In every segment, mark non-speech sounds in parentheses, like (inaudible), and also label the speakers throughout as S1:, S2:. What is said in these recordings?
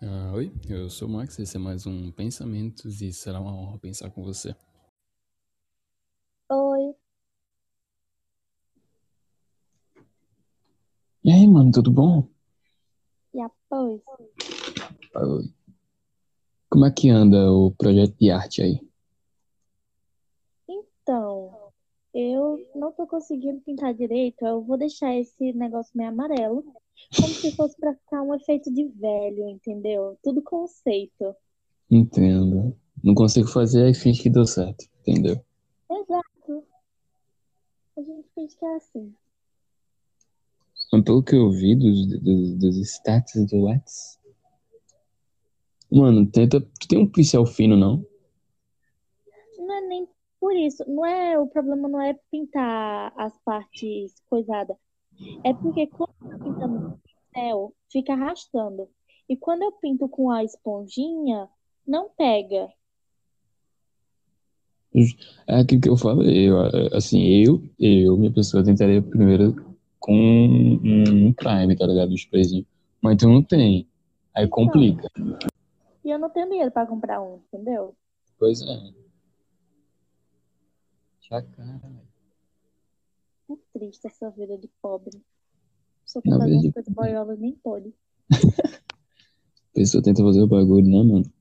S1: Ah, oi, eu sou o Max, esse é mais um Pensamentos e será uma honra pensar com você.
S2: Oi,
S1: E aí, mano, tudo bom?
S2: já pois.
S1: Oi. Como é que anda o projeto de arte aí?
S2: Então, eu não tô conseguindo pintar direito. Eu vou deixar esse negócio meio amarelo, como se fosse pra ficar um efeito de velho, entendeu? Tudo conceito.
S1: Entendo. Não consigo fazer, aí finge que deu certo, entendeu?
S2: Exato. A gente finge que é assim.
S1: Mas pelo que eu vi dos, dos, dos stats do Whats, mano, tenta. Tu tem um pincel fino, não?
S2: Não é nem por isso. Não é, o problema não é pintar as partes coisadas. É porque quando eu tô pintando com pincel, fica arrastando. E quando eu pinto com a esponjinha, não pega.
S1: É aquilo que eu falei, eu, é, assim, eu, eu, minha pessoa, tentaria primeiro com um, um prime, tá ligado? Um sprayzinho. Mas tu não tem. Aí
S2: Então.
S1: complica.
S2: E eu não tenho dinheiro pra comprar um, entendeu?
S1: Pois é. Chacana.
S2: É triste essa vida de pobre. Só pra
S1: Na
S2: fazer umas
S1: verdade,
S2: coisas boiolas nem pode.
S1: a pessoa tenta fazer o bagulho, né, mano?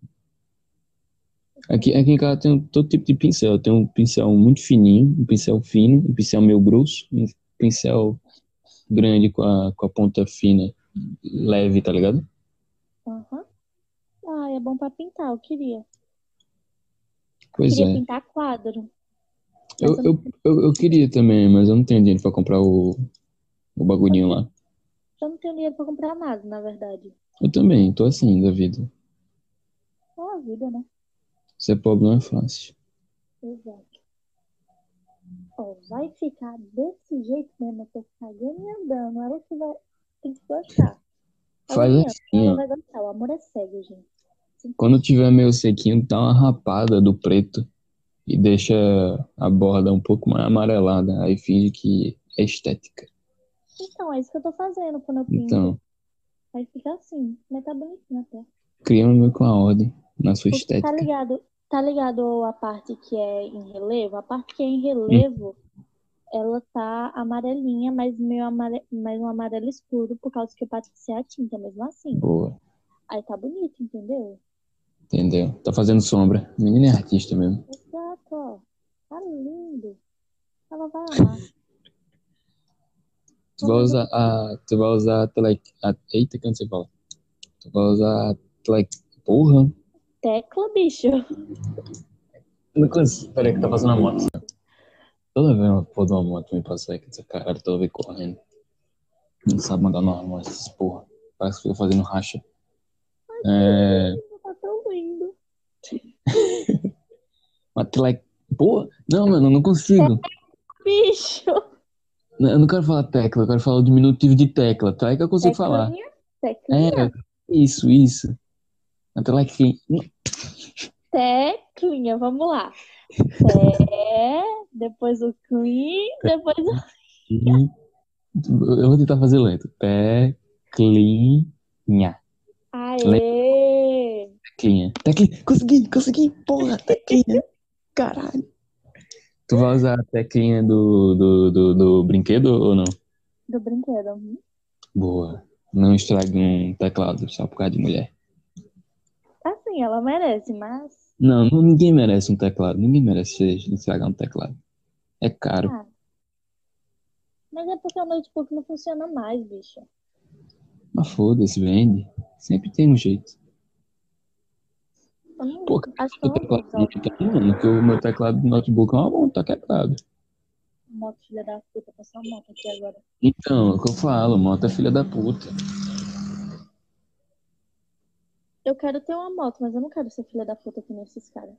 S1: Aqui,
S2: Sim.
S1: aqui em casa tem todo tipo de pincel. Tem um pincel muito fininho, um pincel fino, um pincel meio grosso, um pincel grande com a, com a ponta fina, leve, tá ligado?
S2: Aham. Ah, é bom pra pintar, eu queria. Eu
S1: Pois
S2: queria
S1: é.
S2: pintar quadro, mas
S1: Eu,
S2: eu não
S1: eu, eu, eu queria também, mas eu não tenho dinheiro pra comprar o, o
S2: eu
S1: bagulhinho
S2: não
S1: lá.
S2: eu não tenho dinheiro pra comprar nada, na verdade.
S1: Eu também, tô assim da vida.
S2: É a vida, né?
S1: Ser pobre não é fácil.
S2: Exato. Ó, vai ficar desse jeito mesmo, eu tô cagando e andando. Ela que vai... tem que gostar. Ela
S1: Faz
S2: me ama,
S1: assim,
S2: ela
S1: ó.
S2: vai gostar. O amor é cego, gente.
S1: Quando tiver meio sequinho, dá uma rapada do preto e deixa a borda um pouco mais amarelada. Aí finge que é estética.
S2: Então, é isso que eu tô fazendo quando eu pinto.
S1: Então,
S2: Aí fica assim, mas tá bonitinho até.
S1: criando um meio que uma ordem na sua
S2: Porque tá
S1: estética.
S2: ligado, tá ligado a parte que é em relevo? A parte que é em
S1: Hum,
S2: relevo, ela tá amarelinha, mas meio amare... mas um amarelo escuro, por causa que eu passei a tinta, mesmo assim.
S1: boa,
S2: Aí tá bonito, entendeu?
S1: entendeu? Tá fazendo sombra. Menina é artista mesmo.
S2: Exato, ó. Tá lindo. Ela vai
S1: (laughs)
S2: amar.
S1: Tu vai
S2: Vamos ver.
S1: usar a. Tu vai usar a tele. A, eita, que eu não sei falar. Tu vai usar a tele. Porra!
S2: Tecla, bicho. (laughs)
S1: Lucas, peraí que tá passando a moto. Toda vez uma porra de uma moto me passa aí, que essa caralho, toda vez correndo. Não sabe mandar normal essas porra. Parece que fica fazendo racha. É.
S2: Tá tão lindo.
S1: Uma tele. Porra! Não, mano, eu não consigo.
S2: Bicho.
S1: Não, Eu não quero falar tecla, eu quero falar o diminutivo de tecla. Tá aí que eu consigo falar.
S2: Teclinha.
S1: É,
S2: Teclinha.
S1: isso, isso. A tele que.
S2: Teclinha. Vamos lá. Té, depois o clean, depois o
S1: (laughs) Eu vou tentar fazer lento. Teclinha. Lento,
S2: Aê!
S1: Teclinha. Teclinha. Tá Consegui, consegui. Porra, teclinha. Caralho. Tu vai usar a teclinha do, do, do, do brinquedo ou não?
S2: Do brinquedo. uhum.
S1: Boa. Não estraga um teclado só por causa de mulher.
S2: Assim, ela merece, mas.
S1: Não, não- ninguém merece um teclado. Ninguém merece estragar um teclado. É caro.
S2: Ah, mas é porque o notebook não funciona mais, bicho.
S1: Mas foda-se, vende. Sempre tem um jeito.
S2: Eu não-
S1: Pô, cara,
S2: acho que eu
S1: o
S2: não vou
S1: teclado
S2: usar
S1: não
S2: o
S1: tá mano, porque o meu teclado do notebook é uma bom, tá quebrado.
S2: moto filha da puta com essa moto aqui agora.
S1: Então, é o que eu falo, moto é filha da puta.
S2: Eu quero ter uma moto, mas eu não quero ser filha da puta que nem esses caras.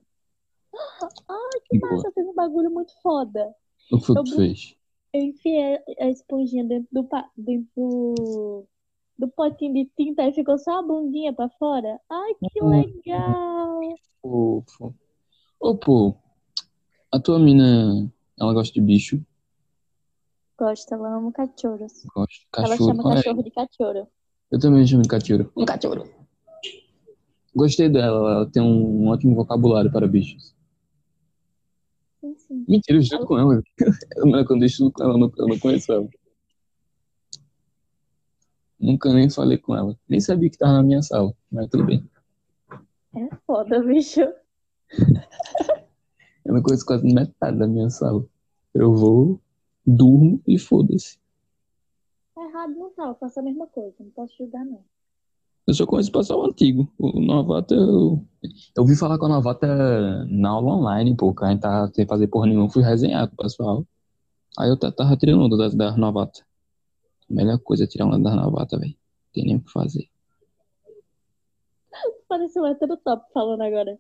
S2: Ai, que
S1: Boa.
S2: massa, eu fiz um bagulho muito foda.
S1: O que foi
S2: Eu,
S1: que tu
S2: brin-
S1: fez?
S2: eu enfiei é, a esponjinha dentro do, pa- dentro do, do potinho de tinta e ficou só a bundinha pra fora. Ai, que
S1: Ah,
S2: legal!
S1: fofo. Ô, pô, a tua mina, ela gosta de bicho?
S2: Gosta, ela ama cachorros.
S1: Gosta de cachorro?
S2: Ela
S1: Ah, é.
S2: chama
S1: Olha aí,
S2: cachorro de cachorro.
S1: eu também chamo de cachorro. Um cachorro. Gostei dela, ela tem um ótimo vocabulário para bichos.
S2: Sim, sim.
S1: Mentira, eu estudo com ela. (laughs) Mas quando eu estudo com ela, eu não, eu não conheço ela. Nunca nem falei com ela. Nem sabia que estava na minha sala, mas tudo bem.
S2: É foda, bicho.
S1: Eu não conheço quase metade da minha sala. Eu vou, durmo e foda-se.
S2: Tá errado não tá, eu faço a mesma coisa, não posso julgar não.
S1: Eu só conheço o pessoal antigo. O novato, eu... eu ouvi falar com a novata é na aula online, pô. Que a gente tava sem fazer porra nenhuma, fui resenhar com o pessoal. Aí eu ta- tava tirando onda das, das novatas. Melhor coisa é tirar onda das novatas, velho. Tem nem o que fazer.
S2: Pareceu um hétero top falando agora.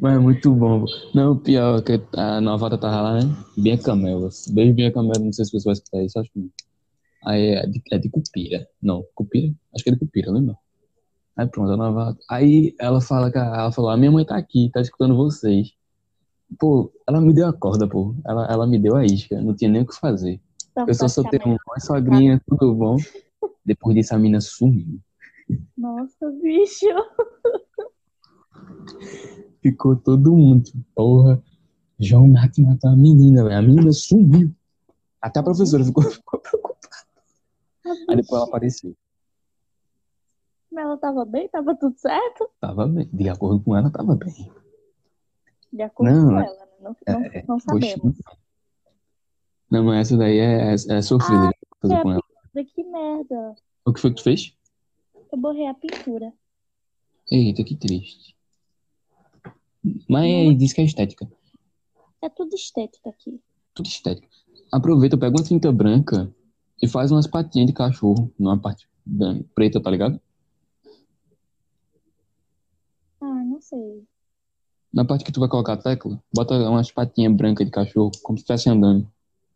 S1: Mas é muito bom, pô. Não, o pior é que a novata tava lá, né? Bem camelas. Beijo bem camela, não sei se você vai escutar isso, acho que não. Aí é de, é de cupira. Não, cupira? Acho que é de cupira, lembra? Aí pronto, a novata. Aí ela fala, que a- ela falou, a minha mãe tá aqui, tá escutando vocês. Pô, ela me deu a corda, pô. Ela, ela me deu a isca, não tinha nem o que fazer.
S2: Tava
S1: Eu só soltei um, oi sogrinha, tudo bom? Depois disso a mina sumiu.
S2: Nossa, bicho.
S1: Ficou todo mundo, tipo, porra. João Nath matou a menina, velho. A menina sumiu. Até a professora ficou, (laughs) ficou preocupada. Aí depois ela apareceu.
S2: Mas ela tava bem? Tava tudo certo?
S1: Tava bem. De acordo com ela, tava bem.
S2: De acordo
S1: Não, é,
S2: com ela, né? Não, não, não
S1: Poxa.
S2: sabemos.
S1: Não, mas essa daí é, é, é sofrida. de acordo
S2: é
S1: com ela.
S2: Puta, Que merda.
S1: O que foi que tu fez?
S2: Eu borrei a pintura.
S1: Eita, que triste. Mas é, diz que é estética.
S2: É tudo estética aqui.
S1: Tudo estética. Aproveita, pega uma tinta branca e faz umas patinhas de cachorro numa parte da- preta, tá ligado?
S2: Ah, não sei.
S1: Na parte que tu vai colocar a tecla, bota umas patinhas brancas de cachorro, como se estivesse andando.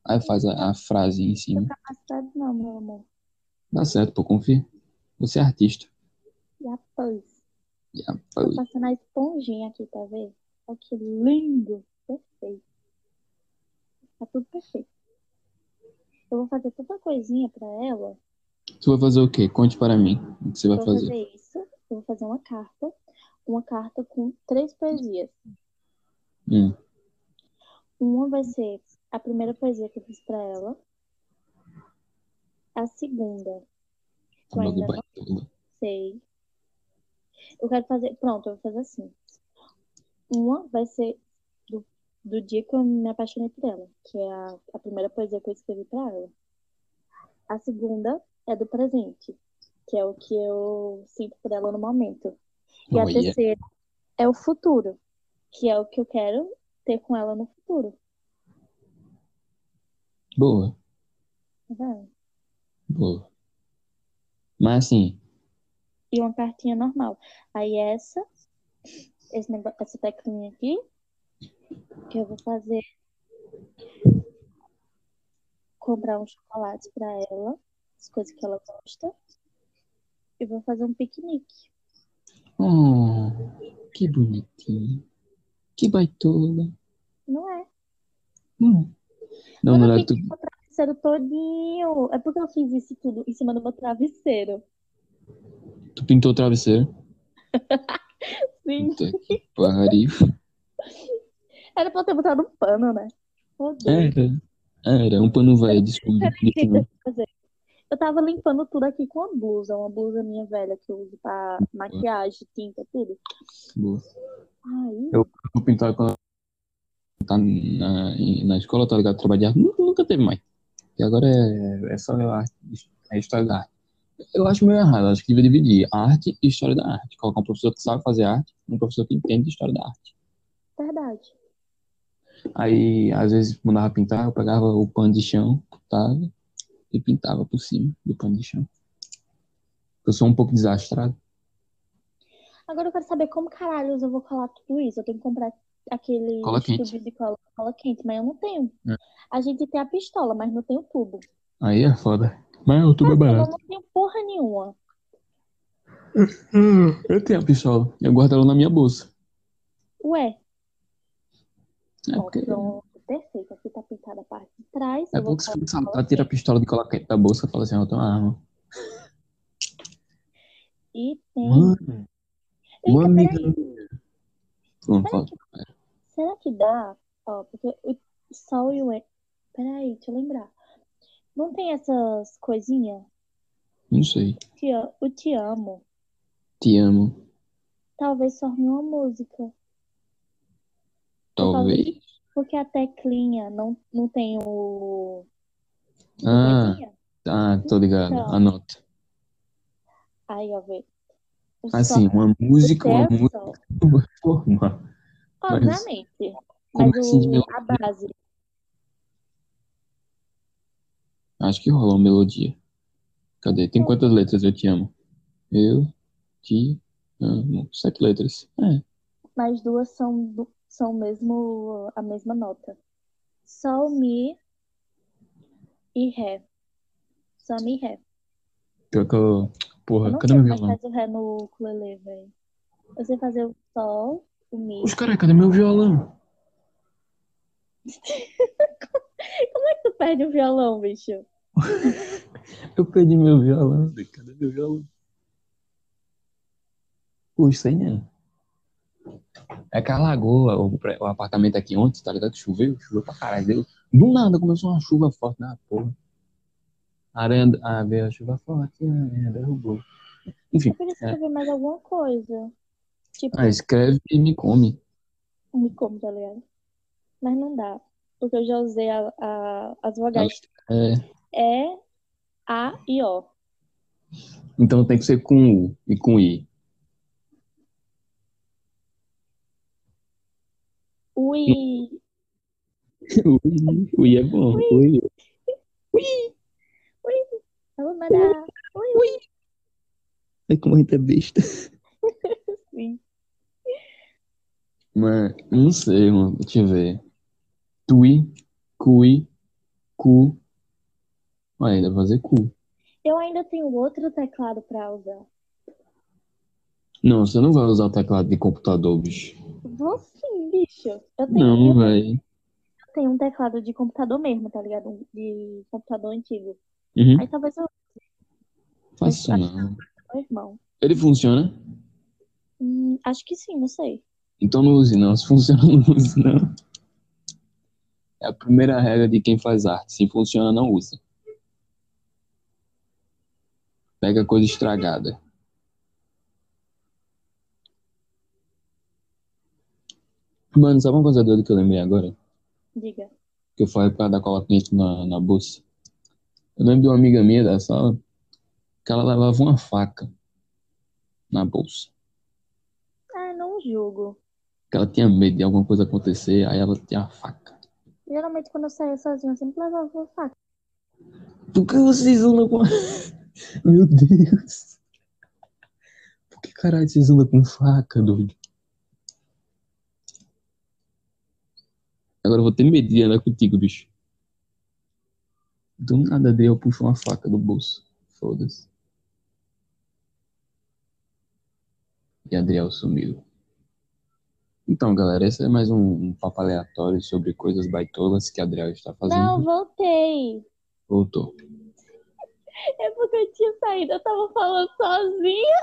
S1: Aí faz a, a frase em cima.
S2: Capacidade não, meu amor.
S1: Dá certo, pô, confia. Você é artista.
S2: E a pose.
S1: Yeah,
S2: Tô passando a esponjinha aqui, tá vendo? Olha que lindo. Perfeito. Tá tudo perfeito. Eu vou fazer tanta coisinha pra ela.
S1: Tu vai fazer o quê? Conte para mim o que você vai
S2: Eu vou
S1: fazer.
S2: fazer isso. Eu vou fazer uma carta. Uma carta com três poesias.
S1: Hum.
S2: Uma vai ser a primeira poesia que eu fiz pra ela. A segunda, eu ainda não sei. Eu quero fazer. Pronto, eu vou fazer assim. Uma vai ser do, do dia que eu me apaixonei por ela, que é a, a primeira poesia que eu escrevi pra ela. A segunda é do presente, que é o que eu sinto por ela no momento. E a
S1: Olha.
S2: terceira é o futuro, que é o que eu quero ter com ela no futuro.
S1: Boa.
S2: Tá vendo?
S1: Boa. Mas assim,
S2: E uma cartinha normal. Aí essa, esse nego- essa teclinha aqui, que eu vou fazer comprar uns chocolates pra ela, as coisas que ela gosta. E vou fazer um piquenique.
S1: oh, que bonitinho. Que baitola.
S2: Não é?
S1: Hum. Não,
S2: eu
S1: não,
S2: não
S1: não,
S2: fiz
S1: tu,
S2: meu travesseiro todinho. É porque eu fiz isso tudo em cima do meu travesseiro.
S1: tu pintou o travesseiro.
S2: Sim.
S1: Puta
S2: (laughs)
S1: que pariu.
S2: Era pra eu ter botado um pano, né? Meu Deus.
S1: Era. Era, um pano velho, desculpa.
S2: Peraí, Eu tava limpando tudo aqui com uma blusa, uma blusa minha velha que eu uso pra maquiagem, tinta, tudo.
S1: Boa.
S2: Aí,
S1: Eu- Vou pintar quando tá na, em- na escola, tá ligado? Trabalho de arte. Nunca, nunca teve mais. E agora é, é só a, arte, a história da arte. Eu acho meio errado, acho que devia dividir arte e história da arte. Colocar um professor que sabe fazer arte e um professor que entende de história da arte.
S2: verdade.
S1: Aí, às vezes, mandava pintar, eu pegava o pano de chão, pintava e pintava por cima do pano de chão. Eu sou um pouco desastrado.
S2: Agora eu quero saber como caralhos eu vou colar tudo isso. Eu tenho que comprar aquele
S1: Cola
S2: estudo
S1: quente.
S2: de cola, cola quente, mas eu não tenho.
S1: É.
S2: A gente tem a pistola, mas não tem o tubo.
S1: Aí é foda. Mas o tubo é
S2: Eu
S1: barato.
S2: não tenho porra nenhuma.
S1: Eu tenho a pistola. Eu guardo ela na minha bolsa.
S2: Ué,
S1: É
S2: ó,
S1: porque...
S2: pronto, perfeito. Aqui tá pintada a parte de trás.
S1: É
S2: eu vou
S1: bom que se
S2: colar
S1: for
S2: cola
S1: assaltar, tira a pistola de coloca "Ah, da bolsa e fala assim, eu tenho uma arma.
S2: E tem
S1: Mano, Uma
S2: Eita,
S1: amiga
S2: peraí,
S1: minha. Não fala.
S2: será que dá? Ó, porque o sol e o. e- Peraí, deixa eu lembrar. Não tem essas coisinhas?
S1: Não sei.
S2: Te a- O Te Amo.
S1: Te amo.
S2: Talvez forme uma música. tá
S1: Talvez.
S2: Porque a teclinha não, não tem o.
S1: Ah,
S2: teclinha.
S1: ah, tô ligado.
S2: Então.
S1: Anota.
S2: Aí, ó, vê. O
S1: Assim,
S2: sol-
S1: uma música, uma
S2: o
S1: música
S2: sol,
S1: não vai formar.
S2: Obviamente. Mas
S1: Comecinho assim de
S2: o-
S1: melodia.
S2: a base.
S1: Acho que rola uma melodia. Cadê? Tem quantas letras eu te amo? Eu te amo. Sete letras. É.
S2: Mas duas são, do- são mesmo a mesma nota. Sol, Mi e Ré. Só Mi e Ré.
S1: Pior que eu.
S2: Eu
S1: Porra,
S2: não
S1: cadê
S2: sei
S1: meu
S2: como é
S1: violão?
S2: que faz o Ré no ukulele, velho. Eu sei fazer o Sol, o Mi. (laughs)
S1: Os caras, cadê meu violão?
S2: Como é que tu perde um violão, bicho?
S1: Eu perdi meu violão. velho. Cadê meu violão? Pô, isso aí não. né? É que alagou o, pre- o apartamento aqui ontem, tá ligado? Choveu, choveu pra caralho. Deu- Do nada começou uma chuva forte na porra. Aranha, ah, veio a chuva forte, a aranha derrubou. Enfim,
S2: Eu queria escrever mais alguma coisa. Tipo,
S1: ah, escreve e me come.
S2: me como, tá ligado? Mas não dá. Porque eu já usei a- a- as vogais
S1: É,
S2: E, A e O.
S1: então tem que ser com U e com I. (laughs)
S2: Ui.
S1: O I, o I é bom. O I.
S2: Alô, Mara.
S1: É como a gente é besta.
S2: Sim.
S1: Mas não sei, mano. Deixa eu ver. Tui, cui, cu. Aí, dá pra fazer cu.
S2: Eu ainda tenho outro teclado pra usar.
S1: Não, você não vai usar o teclado de computador, bicho.
S2: Vou sim, bicho. Eu tenho,
S1: Não, é.
S2: eu
S1: velho.
S2: tenho um teclado de computador mesmo, tá ligado? Um De computador antigo.
S1: Uhum,
S2: Aí talvez eu
S1: faça isso não.
S2: meu irmão.
S1: Ele funciona?
S2: Hum, acho que sim, não sei.
S1: Então não use não. (laughs) Se funciona, não use não. É a primeira regra de quem faz arte. Se funciona, não usa. Pega coisa estragada. Mano, sabe uma coisa doida que eu lembrei agora?
S2: Diga.
S1: que eu falei pra dar cola quente na, na bolsa. Eu lembro de uma amiga minha da sala que ela levava uma faca na bolsa.
S2: Ah, não julgo.
S1: Que ela tinha medo de alguma coisa acontecer, aí ela tinha a faca.
S2: Geralmente quando eu saía sozinha, eu sempre levava uma faca.
S1: Por que vocês andam com. (laughs) Meu Deus! Por que caralho vocês andam com faca, doido? Agora eu vou ter medo de andar contigo, bicho. Do nada dei, eu puxo uma faca do bolso. Foda-se. E Adriel sumiu. Então, galera, esse é mais um, um papo aleatório sobre coisas baitolas que Adriel está fazendo.
S2: Não, voltei.
S1: Voltou.
S2: É porque eu tinha saído, eu tava falando (laughs) sozinha.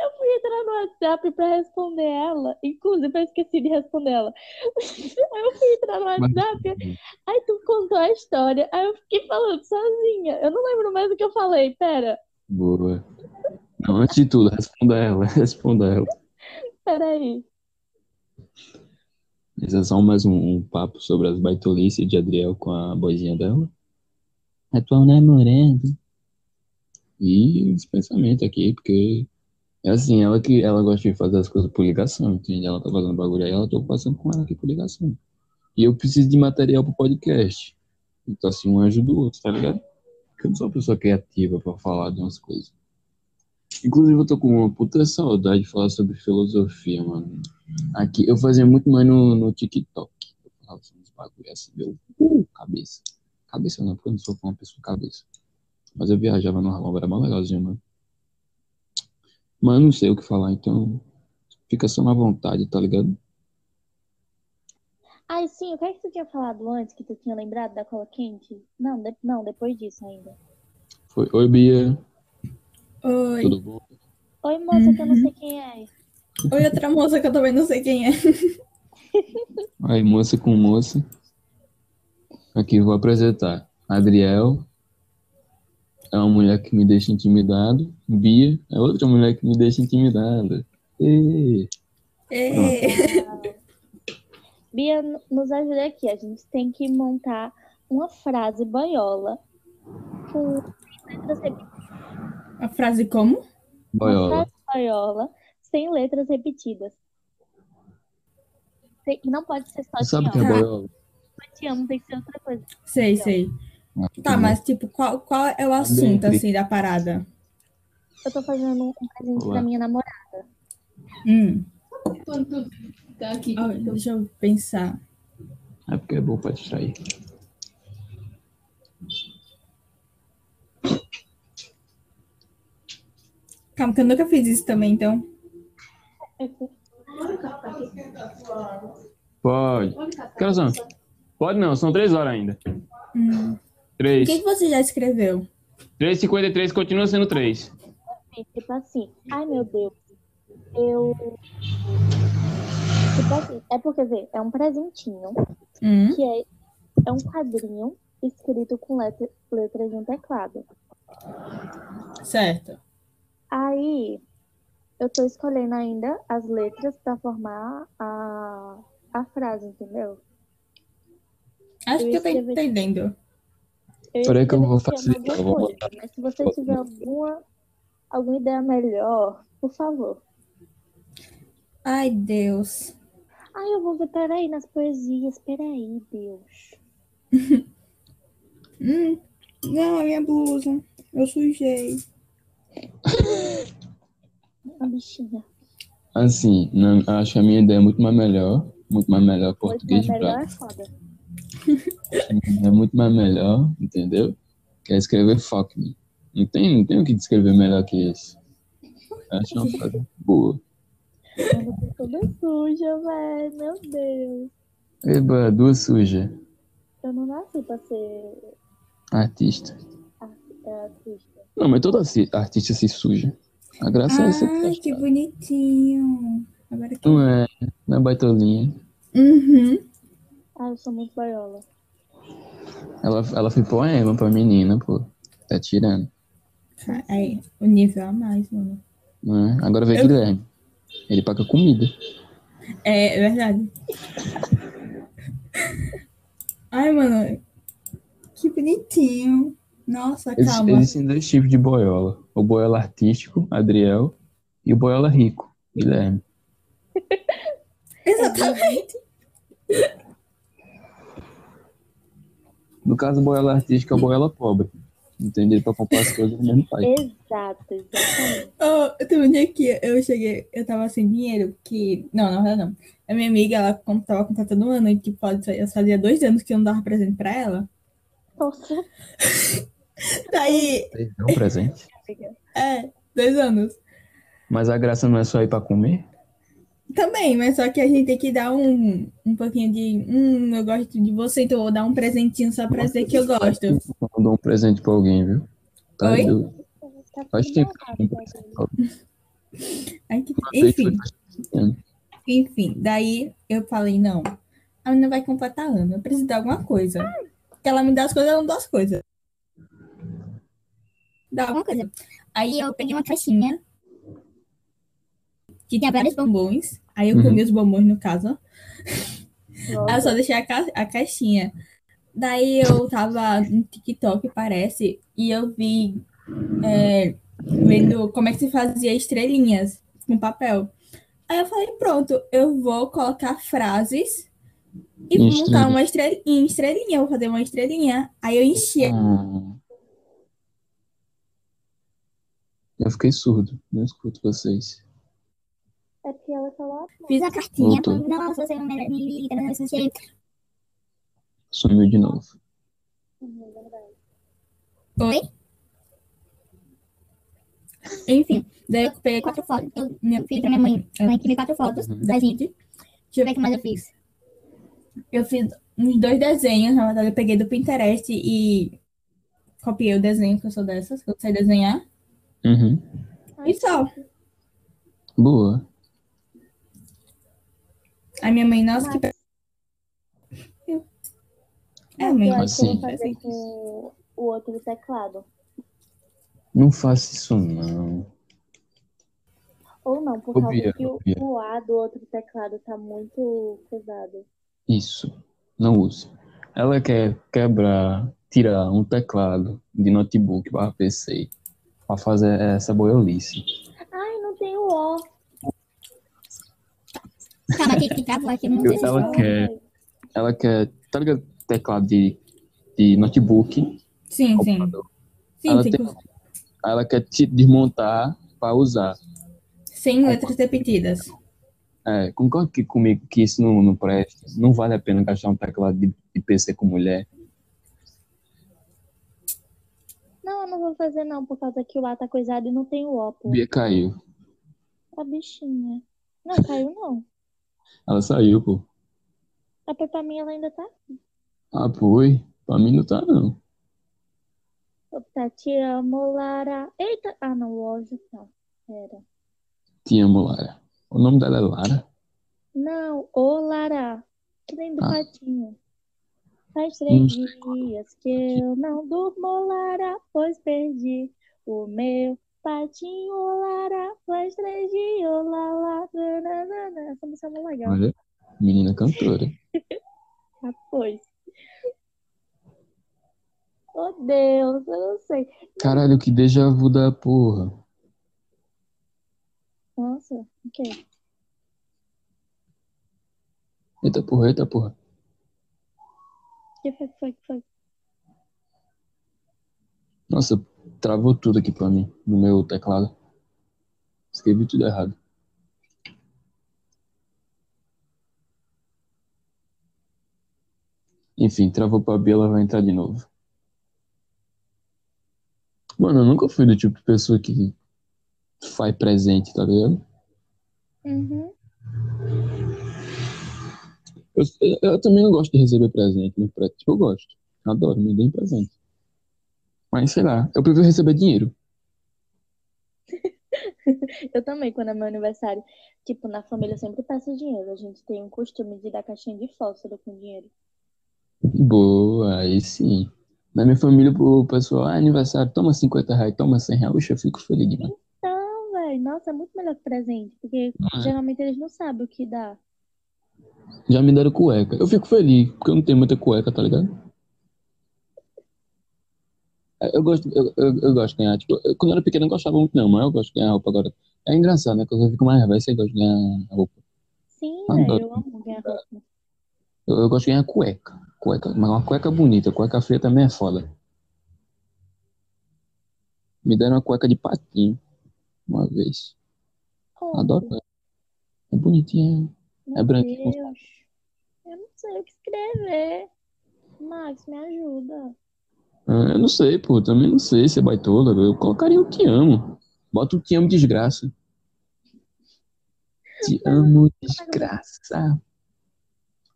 S2: Eu fui entrar no WhatsApp pra responder ela. Inclusive, eu esqueci de responder ela. (laughs) Aí eu fui entrar no WhatsApp, aí tu contou a história. Aí eu fiquei falando sozinha. Eu não lembro mais o que eu falei, pera.
S1: Boa. Não, antes de tudo, responda ela, (laughs) responda ela.
S2: Pera aí.
S1: Esse é só mais um, um papo sobre as baitolices de Adriel com a boizinha dela. Atual namorado. E os pensamentos aqui, porque é assim, ela que ela gosta de fazer as coisas por ligação, entende? Ela tá fazendo bagulho aí, eu tô passando com ela aqui por ligação. E eu preciso de material pro podcast. Então assim, um ajuda o outro, tá ligado? Porque eu não sou uma pessoa criativa pra falar de umas coisas. Inclusive, eu tô com uma puta saudade de falar sobre filosofia, mano. Aqui, eu fazia muito mais no, no TikTok. Eu falava sobre uns bagulho assim, deu uh, cabeça. Cabeça não, porque eu não sou uma pessoa cabeça. Mas eu viajava no Ramon, era mó legalzinho, mano. Mas eu não sei o que falar, então fica só na vontade, tá ligado?
S2: Ai, sim, o que é que tu tinha falado antes que tu tinha lembrado da cola quente? Não, de- não, depois disso ainda.
S1: Foi, Oi, Bia,
S3: Oi,
S1: tudo bom?
S2: Oi, moça, que eu não sei quem é.
S3: Oi, outra moça que eu também não sei quem é.
S1: Aí, moça com moça. Aqui vou apresentar. Adriel é uma mulher que me deixa intimidado. Bia é outra mulher que me deixa intimidado. Ê,
S3: É.
S2: Bia, n- nos ajuda aqui. A gente tem que montar uma frase banhola com letras rep-
S1: Ah.
S3: A frase como?
S2: uma
S1: boiola.
S2: frase banhola sem letras repetidas. Tem- Não pode ser só
S1: Você sabe o que
S2: te
S1: é
S2: amo.
S3: Tá.
S1: boiola?
S2: Só te amo tem que ser outra coisa.
S3: Sei, sei.
S1: Ah,
S3: Tá, mas tipo, qual, qual é o assunto,
S1: Dentre.
S3: assim, da parada?
S2: Eu tô fazendo um presente
S1: Olá.
S2: pra minha namorada.
S3: Hum.
S4: Quando tu tá aqui.
S3: ó, deixa eu pensar.
S1: É porque é bom pra distrair.
S3: Calma, que eu nunca fiz isso também, então.
S2: é assim,
S1: Pode. Que horas são? Pode não, são três horas ainda.
S3: O
S1: Três.
S3: que, que você já escreveu?
S1: 3,53 continua sendo três.
S2: assim, tipo assim, ai meu Deus, eu. Tipo assim, é porque, vê, é um presentinho,
S3: Hum.
S2: que é, é um quadrinho escrito com letra, letras de um teclado.
S3: Certo.
S2: Aí, eu tô escolhendo ainda as letras pra formar a, a frase, entendeu?
S3: Acho
S2: Eu
S3: que eu tô
S2: escrevi-
S3: entendendo.
S2: Eu
S1: Peraí que eu vou
S2: escrevi
S1: facilitar, eu
S2: alguma
S1: vou
S2: coisa, Mas se você tiver alguma, alguma ideia melhor, por favor.
S3: Ai, Deus.
S2: Ai, eu vou ver, peraí, nas poesias, peraí, Deus.
S3: Hum. Não, a minha blusa. Eu sujei.
S2: A bichinha. tá
S1: Assim, não, eu acho que a minha ideia é muito mais melhor. Muito mais melhor
S2: Pois
S1: português de
S2: é, melhor
S1: prato.
S2: é foda.
S1: É muito mais melhor, entendeu? Quer escrever fuck me. Não tem, não tem o que descrever melhor que isso. Eu Acho uma frase boa.
S2: Eu tô toda suja, velho. Meu Deus.
S1: Eba, duas suja.
S2: Eu não nasci pra ser
S1: Artista.
S2: é, artista.
S1: Não, mas todo arti- artista se suja. A graça é ser
S3: Ai, que
S1: prestado.
S3: bonitinho. Agora que...
S1: Não é, na baitolinha.
S3: Uhum.
S2: Ah, eu sou muito baiola.
S1: Ela, ela foi poema pra menina, pô. Tá tirando.
S3: Ca- Aí, É, o nível a mais, mano.
S1: né? Agora vem
S3: Eu-
S1: Guilherme. Ele paga comida.
S3: É, é verdade. Ai, mano. Que bonitinho. Nossa,
S1: Ex-
S3: calma.
S1: Existem dois tipos de boiola. O boiola artístico, Adriel, e o boiola rico, Guilherme.
S3: Exatamente. (laughs)
S1: No caso, o boiola artístico é o boiola pobre. Entendeu? Pra comprar as coisas do mesmo pai.
S2: Exato, exatamente.
S3: Oh, eu também aqui, eu cheguei, eu tava sem dinheiro, que. Não, na verdade não. A minha amiga, ela com- tava contratando um ano, e que pode sair, fazia dois anos que eu não dava presente pra ela.
S2: Nossa,
S3: Daí,
S1: É um presente.
S2: amiga.
S3: é, dois anos.
S1: Mas a graça não é só ir pra comer?
S3: Também, mas só que a gente tem que dar um, um pouquinho de. Hum, eu gosto de você, então eu vou dar um presentinho só pra dizer que eu gosto.
S1: Eu dou um presente pra alguém, viu? Tá
S3: Oi?
S1: doido.
S2: Tá
S1: Faz tempo que eu não
S2: tudo
S1: dou
S2: errado,
S1: presente
S2: tá
S1: pra alguém.
S3: Ai, que-
S1: Uma vez
S3: Enfim,
S1: foi-
S3: enfim. Daí eu falei, não, a menina vai completar ano, eu preciso dar alguma coisa. Que ela me dá as coisas, ela não dá as coisas. Dá alguma coisa. Aí eu peguei uma caixinha que tinha vários bombons. Aí eu
S1: Uhum.
S3: comi os bombons, no caso. Aí Ah, eu
S2: nossa.
S3: só deixei a, ca- a caixinha. Daí eu tava no TikTok, parece, e eu vi é, vendo como é que se fazia estrelinhas com papel. Aí eu falei, pronto, eu vou colocar frases e
S1: Em
S3: vou
S1: estrelinha.
S3: montar uma estrelinha, em estrelinha, eu vou fazer uma estrelinha. Aí eu enchi
S1: Ah. Eu fiquei surdo. Não escuto vocês.
S2: É porque ela falou assim.
S3: Fiz a cartinha.
S1: Voltou.
S3: Não, se você não me me liga, não, se você... é
S1: Sumiu de novo.
S2: assim, é
S3: Oi? Enfim, daí eu peguei quatro fotos. então, Eu meu- pedi pra minha mãe. Ela mãe queria quatro fotos da gente. Deixa eu ver o que mais eu fiz. Eu fiz uns dois desenhos, na verdade, eu peguei do Pinterest e copiei o desenho que eu sou dessas, que eu sei desenhar.
S1: Uhum.
S3: E só.
S1: Boa.
S3: A minha mãe, nossa, que. pe- Eu- É, mãe.
S2: eu
S1: Mas
S2: acho que eu
S1: sim.
S2: vou fazer com o outro teclado.
S1: Não faça isso, não.
S2: Ou não, por
S1: Ô,
S2: causa
S1: Bia,
S2: que o,
S1: ô, Bia.
S2: o A do outro teclado tá muito pesado.
S1: Isso. Não use. Ela quer quebrar, tirar um teclado de notebook para PC para fazer essa boiolice.
S2: Ai, não tem o O.
S5: Calma, tem que travar aqui, não sei se
S1: Ela
S5: eu-
S1: quer, ela quer, tá ligado? Teclado de, de notebook,
S3: Sim, sim.
S1: computador.
S3: Sim,
S1: Ela
S3: tem
S1: tem-
S3: que-
S1: Aí Ela quer te desmontar para usar.
S3: sem letras repetidas.
S1: É, concorda que comigo que isso não, não presta. Não vale a pena gastar um teclado de, de PC com mulher.
S2: Não, eu não vou fazer não, por causa que o A tá coisado e não tem o O, pô.
S1: Bia caiu.
S2: A bichinha. Não, caiu não.
S1: Ela saiu, pô.
S2: A Peppa minha ela ainda tá,
S1: Ah, pô, oi. Pra mim não tá, não.
S2: tá te amo, Lara. Eita! Ah, não, o O já tá. Pera.
S1: Te amo, Lara. O nome dela é Lara?
S2: Não, ô Lara. Que nem do
S1: Ah.
S2: patinho. Faz
S1: Não
S2: três dias que eu não durmo, Lara, pois perdi o meu patinho, ô Lara. Faz três dias, ô Lala. nananana. Essa música é muito legal.
S1: Olha, menina cantora.
S2: Ah, pois. Oh, Deus, eu não sei.
S1: Caralho, que déjà vu da porra.
S2: Nossa, ok.
S1: Eita porra, eita porra.
S2: Que foi, que foi, que foi?
S1: Nossa, travou tudo aqui pra mim, no meu teclado. Escrevi tudo errado. Enfim, travou pra Bia, ela vai entrar de novo. Mano, eu nunca fui do tipo de pessoa que faz presente, tá ligado?
S2: Uhum.
S1: Eu, eu- eu também não gosto de receber presente, não pre- tipo, eu gosto. Adoro, me deem presente. Mas sei lá, eu prefiro receber dinheiro.
S2: Eu também, quando é meu aniversário. Tipo, na família eu sempre peço dinheiro. A gente tem um costume de dar caixinha de fósforo com dinheiro.
S1: Boa, aí sim. Na minha família, o pessoal, ah, aniversário, toma 50 reais, toma 100 reais, Oxe, eu fico feliz demais.
S2: Então, velho, nossa, é muito melhor que presente. Porque
S1: É.
S2: geralmente eles não sabem o que dá.
S1: Já me deram cueca. Eu fico feliz, porque eu não tenho muita cueca, tá ligado? É, Eu gosto, eu, eu, eu gosto de ganhar, tipo, eu- quando eu era pequeno eu não gostava muito não, mas eu gosto de ganhar roupa agora. É engraçado, né? Quando eu fico mais velho, você gosta de ganhar roupa.
S2: Sim,
S1: Ah,
S2: velho,
S1: adoro.
S2: eu amo ganhar roupa.
S1: Eu, eu gosto de ganhar cueca. Cueca, mas uma cueca bonita, cueca feia também é foda. Me deram uma cueca de patinho, uma vez.
S2: Oh,
S1: Adoro ela. É bonitinha.
S2: meu
S1: É branquinho.
S2: Deus. Eu não sei o que escrever. Max, me ajuda.
S1: Ah, Eu não sei, pô. Também não sei se é baitola. Eu colocaria o te amo. Bota o te amo desgraça. Te amo desgraça.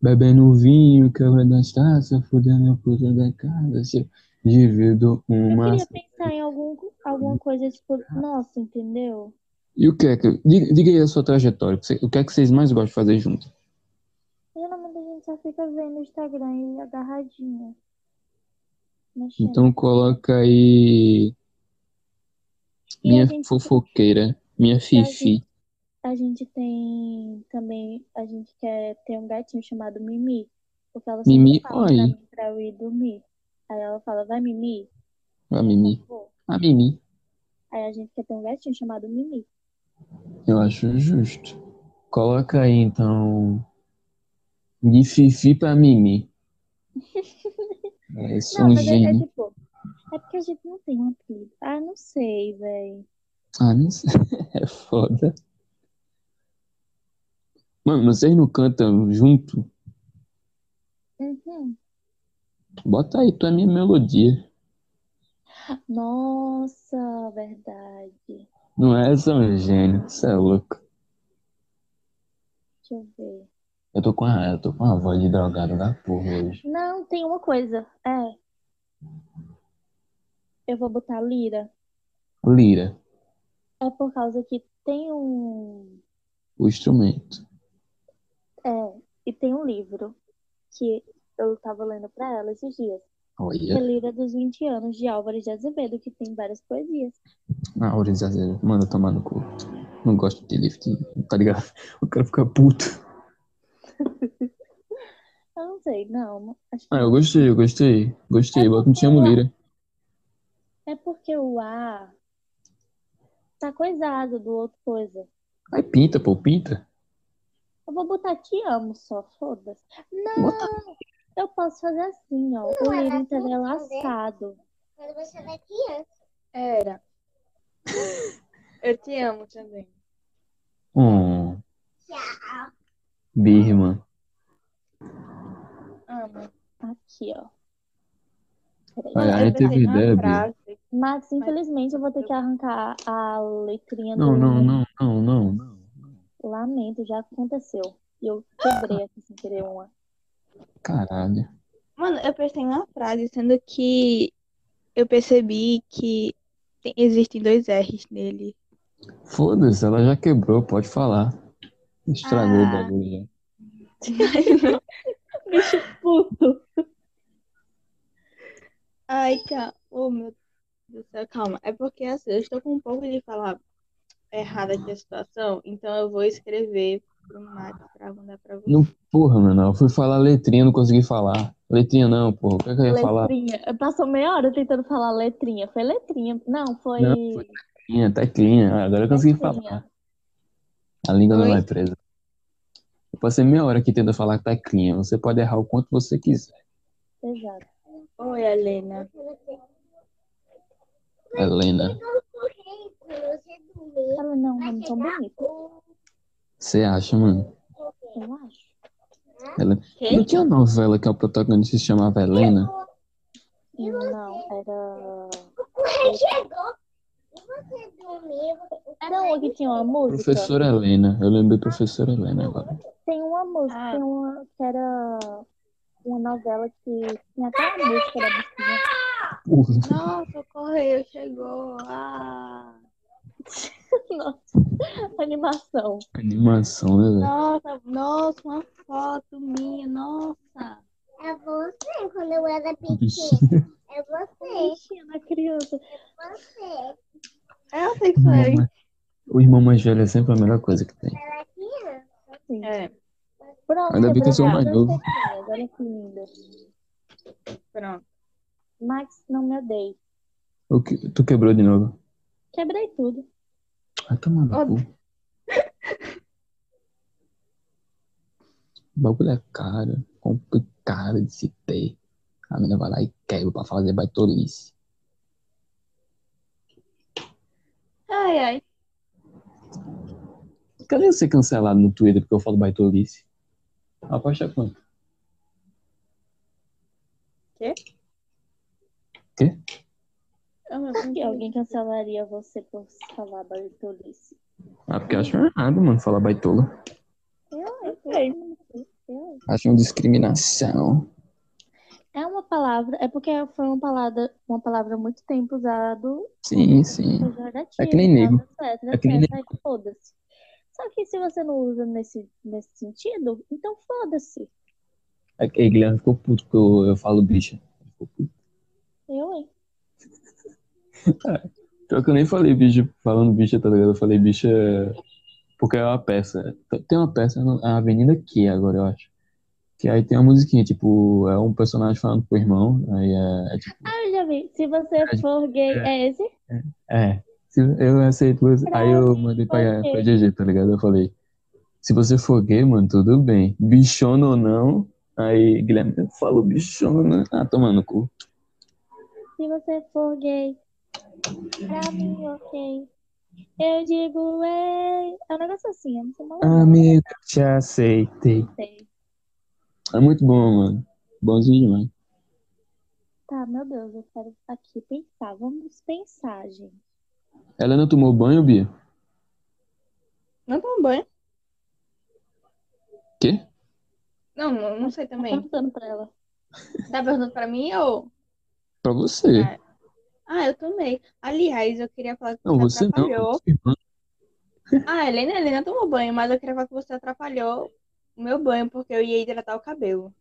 S1: Bebendo vinho, quebra das taças, fudendo a puta da casa. Se eu divido
S2: Eu
S1: uma.
S2: queria pensar em algum, alguma coisa tipo, nossa, entendeu?
S1: E o que é que. Diga, diga aí a sua trajetória. que você- O que é que vocês mais gostam de fazer junto?
S2: É. Geralmente a gente só fica vendo o Instagram e agarradinha. Mexendo.
S1: Então coloca aí.
S2: E a
S1: Minha
S2: gente-
S1: fofoqueira. Minha fifi.
S2: A gente tem também, a gente quer ter um gatinho chamado Mimi, porque ela sempre
S1: Mimi,
S2: fala
S1: oi.
S2: pra mim pra eu ir dormir. Aí ela fala, vai Mimi?
S1: A Mimi.
S2: Vou.
S1: A Mimi.
S2: Aí a gente quer ter um gatinho chamado Mimi.
S1: Eu acho justo. Coloca aí, então. De Fifi pra
S2: (laughs)
S1: Mimi. É, eu sou
S2: Não,
S1: um
S2: mas é, é
S1: gênio.
S2: tipo, é porque a gente não tem um apelido. Ah, não sei, véi.
S1: Ah, não sei. (laughs) É foda. Mano, vocês não cantam junto?
S2: Uhum.
S1: Bota aí, tu é minha melodia.
S2: Nossa, verdade.
S1: Não é, eu sou um gênio. Você é louco.
S2: Deixa eu ver.
S1: Eu tô com a, eu tô com a voz de drogado da porra hoje.
S2: Não, tem uma coisa. É. Eu vou botar Lira.
S1: Lira.
S2: É por causa que tem um.
S1: O instrumento.
S2: É, e tem um livro que eu tava lendo pra ela esses dias. Que é
S1: Olha.
S2: Lira dos 20 anos, de Álvares de Azevedo, que tem várias poesias.
S1: Na hora de azedo. Manda tomar no cu. Não gosto de lift. Tá ligado? (laughs) O cara fica puto.
S2: Eu não sei, não. não- Acho que
S1: Ah, eu gostei, eu gostei. Gostei. Bota um te amo, Lira.
S2: é porque o A tá coisado do outro coisa.
S1: Aí pinta, pô, pinta.
S2: Eu vou botar te amo só, foda-se. Não,
S1: Bota.
S2: eu posso fazer assim, ó. o
S5: era
S2: livro
S5: assim que fazer.
S2: entrelaçado.
S5: Quando você era criança.
S6: Era. Eu te amo também.
S1: Hum. Birman.
S6: Amo.
S2: Aqui, ó.
S1: Olha, a
S6: Eu
S1: gente
S6: pensei
S1: teve
S6: numa
S1: ideia, Bia.
S6: frase.
S2: Mas, infelizmente, eu vou ter que arrancar a letrinha
S1: Não,
S2: do.
S1: não, não, não, não, não.
S2: Lamento, já aconteceu. E eu quebrei aqui sem querer uma.
S1: Caralho.
S6: Mano, eu pensei numa frase, sendo que eu percebi que tem- existem dois R's nele.
S1: Foda-se, ela já quebrou, pode falar. Estragou o
S6: Ah.
S1: bagulho já.
S2: Puto.
S6: Ai, calma. Oh, meu Deus do céu, calma. É porque assim, eu estou com um pouco de falar errada aqui a situação, então eu vou escrever pro Max pra mandar pra você.
S1: Não, porra, mano, eu fui falar letrinha, não consegui falar. Letrinha não, porra, o que, é que eu ia falar?
S2: Letrinha. Eu Passou meia hora tentando falar letrinha. Foi letrinha. Não, foi.
S1: Não, foi Letrinha, teclinha, ah, agora eu consegui
S2: Letrinha.
S1: falar. A língua não
S6: Oi?
S1: vai presa. Eu passei meia hora aqui tentando falar teclinha, você pode errar o quanto você quiser.
S2: Exato.
S6: Oi, Helena.
S1: É Helena,
S2: Ela não, não é tão bonita,
S1: você acha, mano?
S2: eu acho.
S1: Não tinha uma novela que é a protagonista se chamava
S5: é
S1: Helena?
S2: Não, era.
S5: Chegou. E você dormiu?
S2: Era uma que tinha uma música.
S1: Professora Helena, eu lembrei Professora Helena agora.
S2: Tem uma música,
S6: Ah.
S2: tem uma que era uma novela que tinha até uma música da (laughs) bichinha.
S1: Porra,
S6: Nossa, o correio chegou. Ah.
S2: Nossa, animação.
S1: animação, né, velho?
S6: Nossa, nossa, uma foto minha, nossa.
S5: É você quando eu era pequena.
S1: Bichinho.
S5: É você,
S2: Bichinha na criança.
S5: você.
S6: Eu sei que sou eu.
S1: O irmão mais velho é sempre a melhor coisa que tem.
S5: Era criança.
S2: Sim.
S6: É,
S2: Assim, Pronto,
S1: Ainda bem que eu sou mais
S2: obrigada.
S1: novo.
S2: Olha que linda.
S6: pronto.
S2: Max, não me odeie.
S1: O que- Tu quebrou de novo.
S2: Quebrei tudo.
S1: Vai tomar no cu. O bagulho é caro, complicado de se ter. A menina vai lá e quebra pra fazer baitolice.
S6: Ai, ai.
S1: Cadê eu ser cancelado no Twitter porque eu falo baitolice? Aposta quanto?
S6: Eu não
S2: Por que alguém cancelaria você por falar baitolice?
S1: Ah, porque eu acho errado, mano, falar baitola.
S2: Eu sei.
S1: Acho uma discriminação.
S2: É uma palavra, é porque foi uma palavra, uma palavra há muito tempo usada
S1: Sim, sim.
S2: pejorativa.
S1: É que nem
S2: e tal,
S1: nego.
S2: etc,
S1: É que nem
S2: etc, aí Foda-se. Só que se você não usa nesse, nesse sentido, então foda-se.
S1: É que Guilherme ficou puto que eu, eu falo bicha. Ficou puto.
S2: Eu, hein?
S1: Pior que eu nem falei bicha, falando bicha, tá ligado? Eu falei bicha porque é uma peça. Tem uma peça na Avenida Q agora, eu acho. Que aí tem uma musiquinha, tipo, é um personagem falando pro irmão, aí é, é tipo,
S2: Ah, eu já vi. Se você for gay, é esse?
S1: é, se eu aceito você. Aí eu mandei pra, pra GG, tá ligado? Eu falei, se você for gay, mano, tudo bem. Bichona ou não, aí Guilherme eu falo bichona. Ah, tomando no cu.
S2: Se você for gay, pra mim, ok. Eu digo, ei. É um negócio assim, eu não sei mais.
S1: Amigo, te aceitei.
S2: Sei.
S1: É muito bom, mano. Bonzinho demais.
S2: Tá, meu Deus, eu quero aqui pensar. Vamos pensar, gente.
S1: Helena tomou banho, Bia?
S6: Não tão banho.
S1: Quê?
S6: Não, não, não sei
S2: Tá
S6: também.
S2: perguntando pra ela.
S6: Tá perguntando pra mim ou?
S1: Pra você.
S6: É.
S3: Ah, eu também. Aliás, eu queria falar que
S1: Não,
S3: você
S1: você não.
S3: atrapalhou.
S1: sua irmã.
S3: Ah, Helena, Helena tomou banho, mas eu queria falar que você atrapalhou o meu banho, porque eu ia hidratar o cabelo.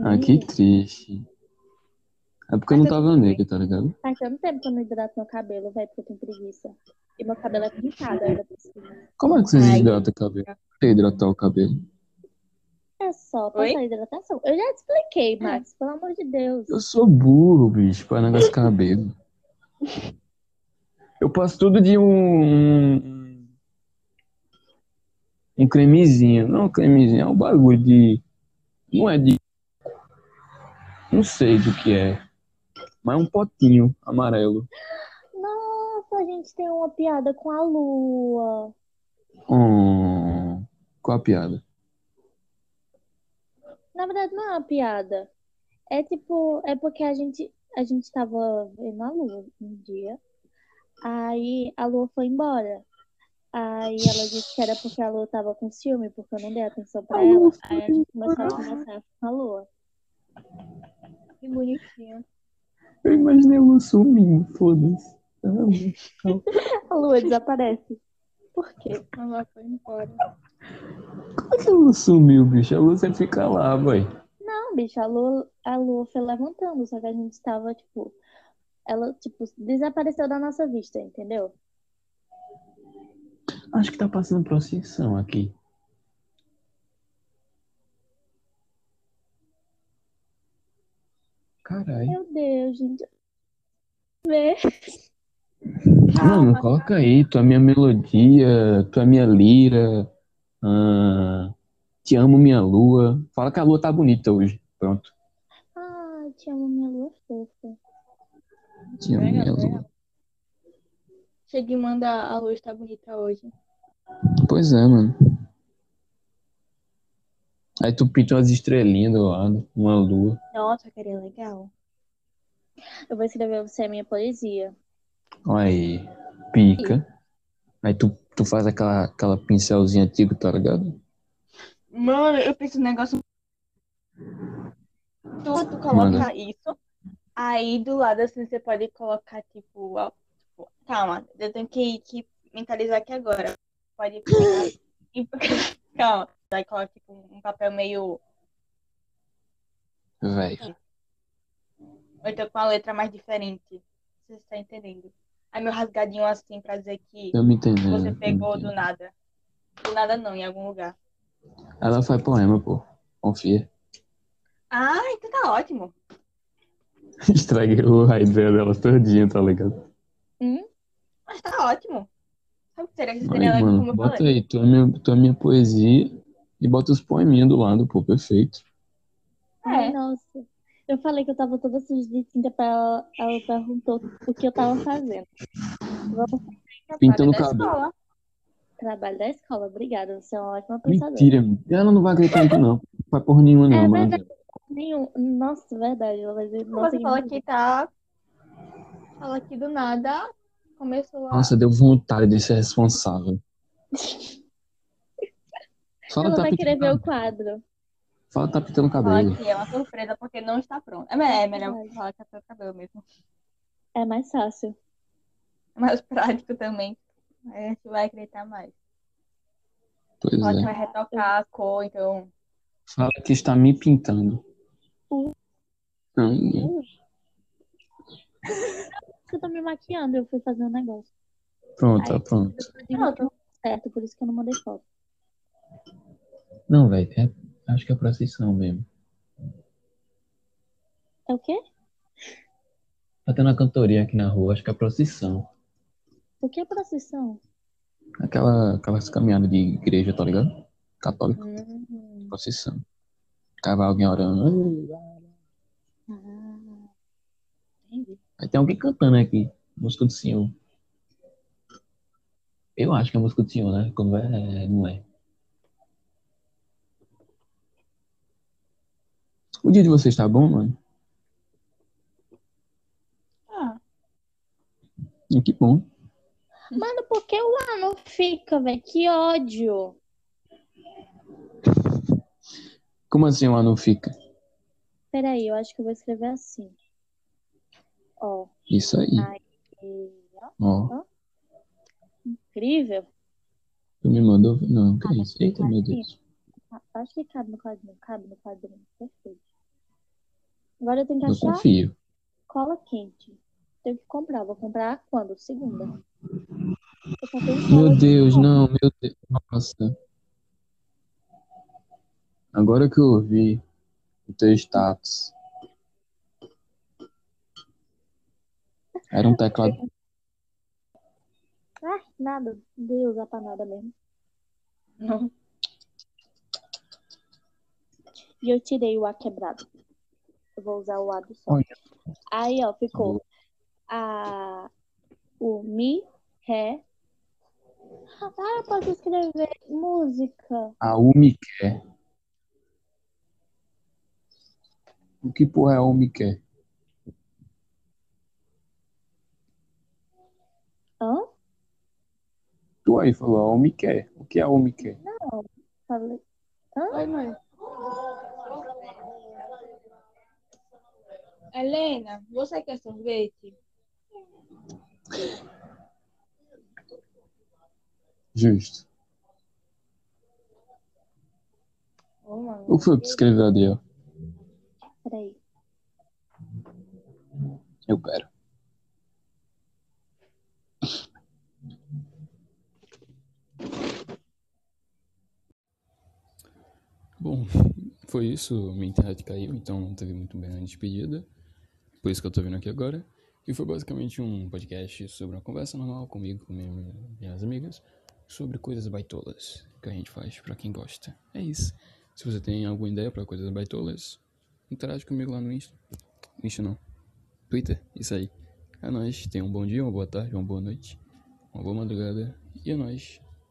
S1: Ah, que triste. É porque eu não tava nele, tá ligado?
S2: Faz tanto tempo que eu não hidrato meu cabelo, velho, porque eu tenho preguiça. E meu cabelo é pintado ainda por cima.
S1: Como é que vocês
S3: Ai.
S1: hidratam o cabelo? Tem que hidratar o cabelo.
S2: É só
S3: Oi?
S2: passar hidratação. Eu já te expliquei, Max, pelo amor de Deus.
S1: Eu sou burro, bicho, para negócio de cabelo. Eu passo tudo de um. um- Um cremezinho. Não, um cremezinho, é um bagulho de. Não é de. Não sei do que é. Mas é um potinho amarelo.
S2: Nossa, a gente tem uma piada com a lua.
S1: Hum, qual a piada?
S2: Na verdade, não é uma piada. É tipo, é porque a gente, a gente tava vendo a lua um dia. Aí a lua foi embora. Aí ela disse que era porque a lua tava com ciúme, porque eu não dei atenção pra ela. Aí a gente começou a conversar com a lua.
S3: Que bonitinho.
S1: Eu imaginei o sumindo, foda-se. Ah,
S2: A lua desaparece. Por quê?
S3: Ela foi embora.
S1: Como é que a lua sumiu, bicho? A lua sempre fica lá, boy.
S2: Não, bicho, a lua, a lua foi levantando, só que a gente tava, tipo, ela, tipo, desapareceu da nossa vista, entendeu?
S1: Acho que tá passando procissão aqui. Caralho.
S2: Meu Deus, gente.
S1: Mano,
S3: Calma,
S1: coloca aí, tua minha melodia, tua minha lira, ah, te amo minha lua. Fala que a lua tá bonita hoje. Pronto.
S2: Ai, Ah, te amo, minha lua fofa.
S1: Te amo minha lua.
S3: Cheguei e manda a luz tá bonita hoje.
S1: Pois é, mano. Aí tu pinta umas estrelinhas do lado, uma lua.
S3: Nossa, queria legal.
S2: Eu vou escrever você a minha poesia.
S1: Então é Aí, pica. Aí tu, tu faz aquela, aquela pincelzinha antiga, tá ligado?
S3: Mano, eu penso um negócio. Tu, tu coloca
S1: Manda.
S3: isso, aí do lado assim você pode colocar tipo. ó, tipo, calma, eu tenho que, que mentalizar aqui agora. Pode
S1: (laughs)
S3: pegar e. (laughs) calma, aí coloca tipo um papel meio.
S1: Véi.
S3: Ou então com uma letra mais diferente. Você está entendendo? Aí meu rasgadinho assim pra dizer que
S1: Eu me entendendo.
S3: você pegou
S1: eu me
S3: do nada. Do nada não, em algum lugar.
S1: entendendo. Ela faz poema, pô. Confia. (laughs)
S3: Ah, então tá ótimo.
S1: Estraguei a ideia dela todinha, tá ligado?
S3: Mas tá ótimo. Sabe o que seria que seria
S1: Aí,
S3: legal,
S1: mano,
S3: como eu
S1: bota
S3: falei?
S1: aí, tu é, minha, tu é minha poesia e bota os poeminhos do lado, pô, perfeito.
S2: Ai,
S3: É.
S2: nossa. Eu falei que eu tava toda suja de tinta pra ela. Ela perguntou o que eu tava fazendo. Vamos
S1: Pintando o
S3: da
S1: cabelo.
S3: escola. Tipo
S2: trabalho da escola. Obrigada, você é uma ótima pensadora.
S1: Mentira, mano. ela não vai acreditar muito, não. Não vai porra nenhuma, não,
S2: É
S1: mano.
S2: verdade. Nenhum... Nossa, verdade. Ela vai dizer, nossa,
S3: Você fala
S2: mentira.
S3: que tá. Fala que do nada começou a.
S1: Nossa, deu vontade de ser
S2: (laughs)
S1: responsável. Fala
S2: Ela
S1: que tá
S2: vai
S1: pintando-
S2: querer ver o quadro.
S1: Fala que tá pintando o
S3: Fala
S1: cabelo.
S3: que é uma surpresa porque não está pronto. É, me- é melhor falar que é seu cabelo mesmo.
S2: É mais fácil.
S3: É mais (laughs) prático também. Aí a gente vai acreditar mais.
S1: Pois
S3: Fala que
S1: é.
S3: vai retocar a cor, então.
S1: Fala que está me pintando. Não, ninguém.
S2: Porque eu tô tá me maquiando, eu fui fazer um negócio.
S1: Pronto, tá pronto.
S3: Não, tô-
S2: Certo, por isso que eu não mandei foto.
S1: Não, velho, é- acho que é procissão mesmo.
S2: É o quê?
S1: Tá tendo uma cantoria aqui na rua, acho que é procissão.
S2: O que é procissão?
S1: Aquela, aquelas caminhadas de igreja, tá ligado? Católica,
S3: Hum,
S1: procissão. Tava alguém orando. "Ei",
S6: Uhum.
S2: Ah, entendi.
S1: Aí tem alguém cantando aqui, música do Senhor. Eu acho que é música do Senhor, né? Quando é, não é. O dia de vocês tá bom, mano?
S3: tá.
S1: Ih, Hum, Que bom.
S2: Mano, por que o A não fica, velho? Que ódio.
S1: Como assim lá não fica?
S2: Peraí, eu acho que eu vou escrever assim. Ó,
S1: Isso aí.
S2: Ai, que
S1: Ó,
S2: incrível.
S1: tu me mandou. Não, que isso? Eita, meu Deus.
S2: Ah, Acho que cabe no quadrinho, cabe no quadrinho. Perfeito. Agora eu tenho que
S1: Eu
S2: achar
S1: confio.
S2: cola quente. Tenho que comprar. Vou comprar quando? Segunda. Eu só tenho cola
S1: Meu
S2: de
S1: Deus,
S2: cola.
S1: não, meu Deus. Nossa. Agora que eu ouvi o teu status. Era um teclado.
S2: Ah, nada. Deus, apanada mesmo.
S6: Não.
S2: E eu tirei o A quebrado. Eu vou usar o A do sol.
S1: Olha.
S2: Aí, ó, ficou a, o Mi, Ré. Ah, eu posso escrever música.
S1: A Umi quer. O que porra é a Umi quer?
S2: Hã?
S1: Tu aí falou, a Umi quer. O que é a Umi quer?
S2: Falei.
S6: Oi, mãe. Helena, você quer sorvete?
S1: Justo.
S6: Ô, mãe.
S1: O que foi que tu escreveu, Adiel?
S2: Peraí.
S1: Eu quero. Bom, foi isso. Minha internet caiu, então não teve muito bem a despedida. Por isso que eu tô vindo aqui agora. E foi basicamente um podcast sobre uma conversa normal comigo, com minha- minhas amigas, sobre coisas baitolas que a gente faz pra quem gosta. É isso. Se você tem alguma ideia pra coisas baitolas, interage comigo lá no Insta. Insta não. Twitter, isso aí. É nóis. Tenha um bom dia, uma boa tarde, uma boa noite, uma boa madrugada. E é nóis.